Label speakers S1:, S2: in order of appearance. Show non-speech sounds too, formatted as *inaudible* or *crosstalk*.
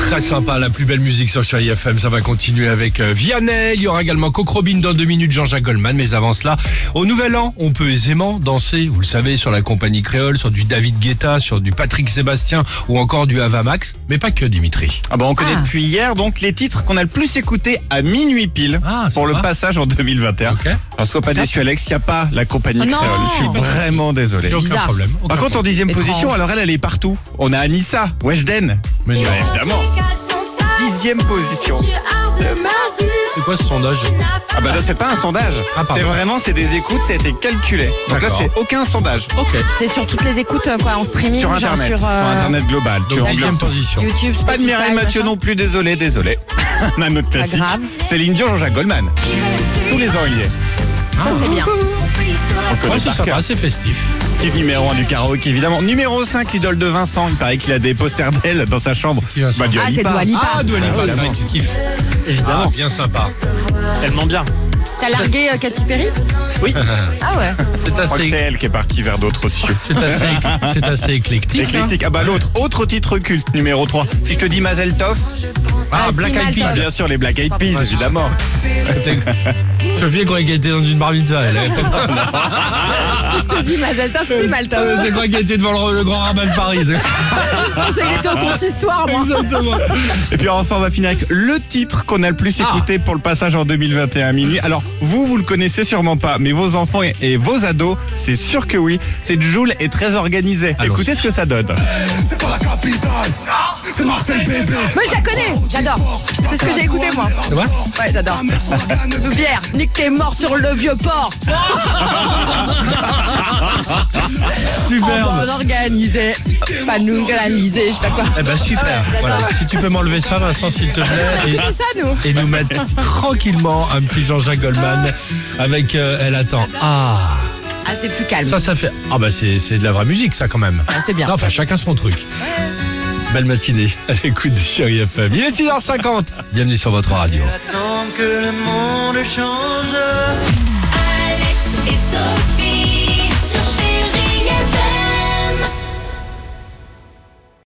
S1: très sympa, la plus belle musique sur Chérie FM. Ça va continuer avec euh, Vianney. Il y aura également Coq Robin dans deux minutes, Jean-Jacques Goldman. Mais avant cela, au Nouvel An, on peut aisément danser, vous le savez, sur la compagnie créole, sur du David Guetta, sur du Patrick Sébastien ou encore du Havamax. Mais pas que, Dimitri.
S2: Ah bah on connaît
S3: Ah.
S2: depuis hier donc les titres qu'on a le plus écoutés à minuit pile
S1: Ah,
S2: pour le
S1: sympa.
S2: passage en 2021.
S1: Ok.
S2: Alors sois pas déçu Alex, il n'y a pas la compagnie
S3: Oh non.
S2: créole. Je suis vraiment désolé.
S1: J'ai aucun
S3: Bizarre.
S1: problème. aucun
S2: Par contre en
S1: problème.
S2: dixième
S3: Étrange. Oh.
S2: position, alors elle elle est partout. On a Anissa, Weshden.
S1: Mais non.
S2: Ouais, évidemment. Dixième position.
S1: C'est quoi ce sondage
S2: Ah bah là c'est pas un sondage.
S1: Ah, pardon.
S2: c'est vraiment c'est des écoutes, ça a été calculé. Donc là
S1: D'accord.
S2: c'est aucun sondage.
S1: Ok.
S3: C'est sur toutes les écoutes euh, quoi en streaming
S2: Sur
S3: genre
S2: internet,
S3: sur, euh,
S2: internet global. tu
S1: Donc,
S2: englobes
S1: dixième
S2: tout.
S1: position.
S3: YouTube, Spotify,
S2: Pas de Mireille Mathieu
S3: machin.
S2: non plus, désolé, désolé. On *laughs* a notre classique.
S3: grave.
S2: Céline Dion, Jean-Jacques Goldman. Tous les ans il y est.
S3: Ça c'est bien.
S2: On connaît
S1: Ouais, Oh, c'est
S2: par cœur.
S1: sympa, c'est festif.
S2: Petit numéro 1 du karaoke, évidemment. Numéro 5, l'idole de Vincent. Il paraît qu'il a des posters d'elle dans sa chambre. Bah,
S1: qui, Vincent
S2: Dua
S3: Ah, c'est
S2: Lipa.
S3: Dua Lipa.
S1: Ah, Dua Lipa, c'est vrai
S2: Évidemment. Ah.
S1: qu'il kiffe. Évidemment. bien sympa.
S4: Tellement bien.
S3: T'as largué euh, Katy Perry
S4: Oui.
S3: Ah ouais.
S1: C'est
S2: Je crois que c'est
S1: assez,
S2: elle qui est partie vers d'autres cieux.
S1: c'est assez, Ah, c'est assez éclectique. hein.
S2: Éclectique. Ah bah l'autre, autre titre culte, numéro 3. Si je te dis Mazel Tov,
S1: Ah,
S3: Ah,
S1: Black
S3: si,
S1: Eyed
S3: Malta.
S1: Peas.
S2: bien sûr les Black Eyed Peas, évidemment.
S1: Sophie, elle croyait qu'elle était dans une marmita. Elle avait pas-
S3: Je te dis Mazeltov, c'est Maltov.
S1: elle croyait qu'elle était devant le, le grand rabbin de Paris.
S3: C'est qu'il était au consistoire moi.
S1: Exactement.
S2: Et puis enfin, on va finir avec le titre qu'on a le plus
S1: Ah.
S2: écouté pour le passage en 2021 à minuit. Alors, vous, vous le connaissez sûrement pas, mais vos enfants et, et vos ados, c'est sûr que oui. C'est Joule est très organisé.
S1: Allons-y.
S2: Écoutez ce que ça donne.
S5: C'est pas la capitale, ah, c'est Marseille bébé.
S3: Moi je la connais, j'adore. C'est ce que j'ai écouté moi.
S1: C'est vrai
S3: Ouais, j'adore. Bière, Nick t'es mort sur le vieux port.
S1: Superbe.
S3: On organisé, pas nous organisé, je sais pas quoi.
S1: Eh ben super. Voilà. Si tu peux m'enlever ça, Vincent, s'il te plaît.
S3: C'est ça nous.
S1: Et, et nous mettre tranquillement un petit Jean-Jacques Goldman avec euh, Elle attend. Ah.
S3: Ah c'est plus calme.
S1: Ça, ça fait. Ah, bah, c'est c'est de la vraie musique, ça, quand même.
S3: c'est bien.
S1: Non, enfin, chacun son truc. Belle matinée à l'écoute de Chéri FM. Il est 6h50. Bienvenue sur votre radio.
S4: que le monde change.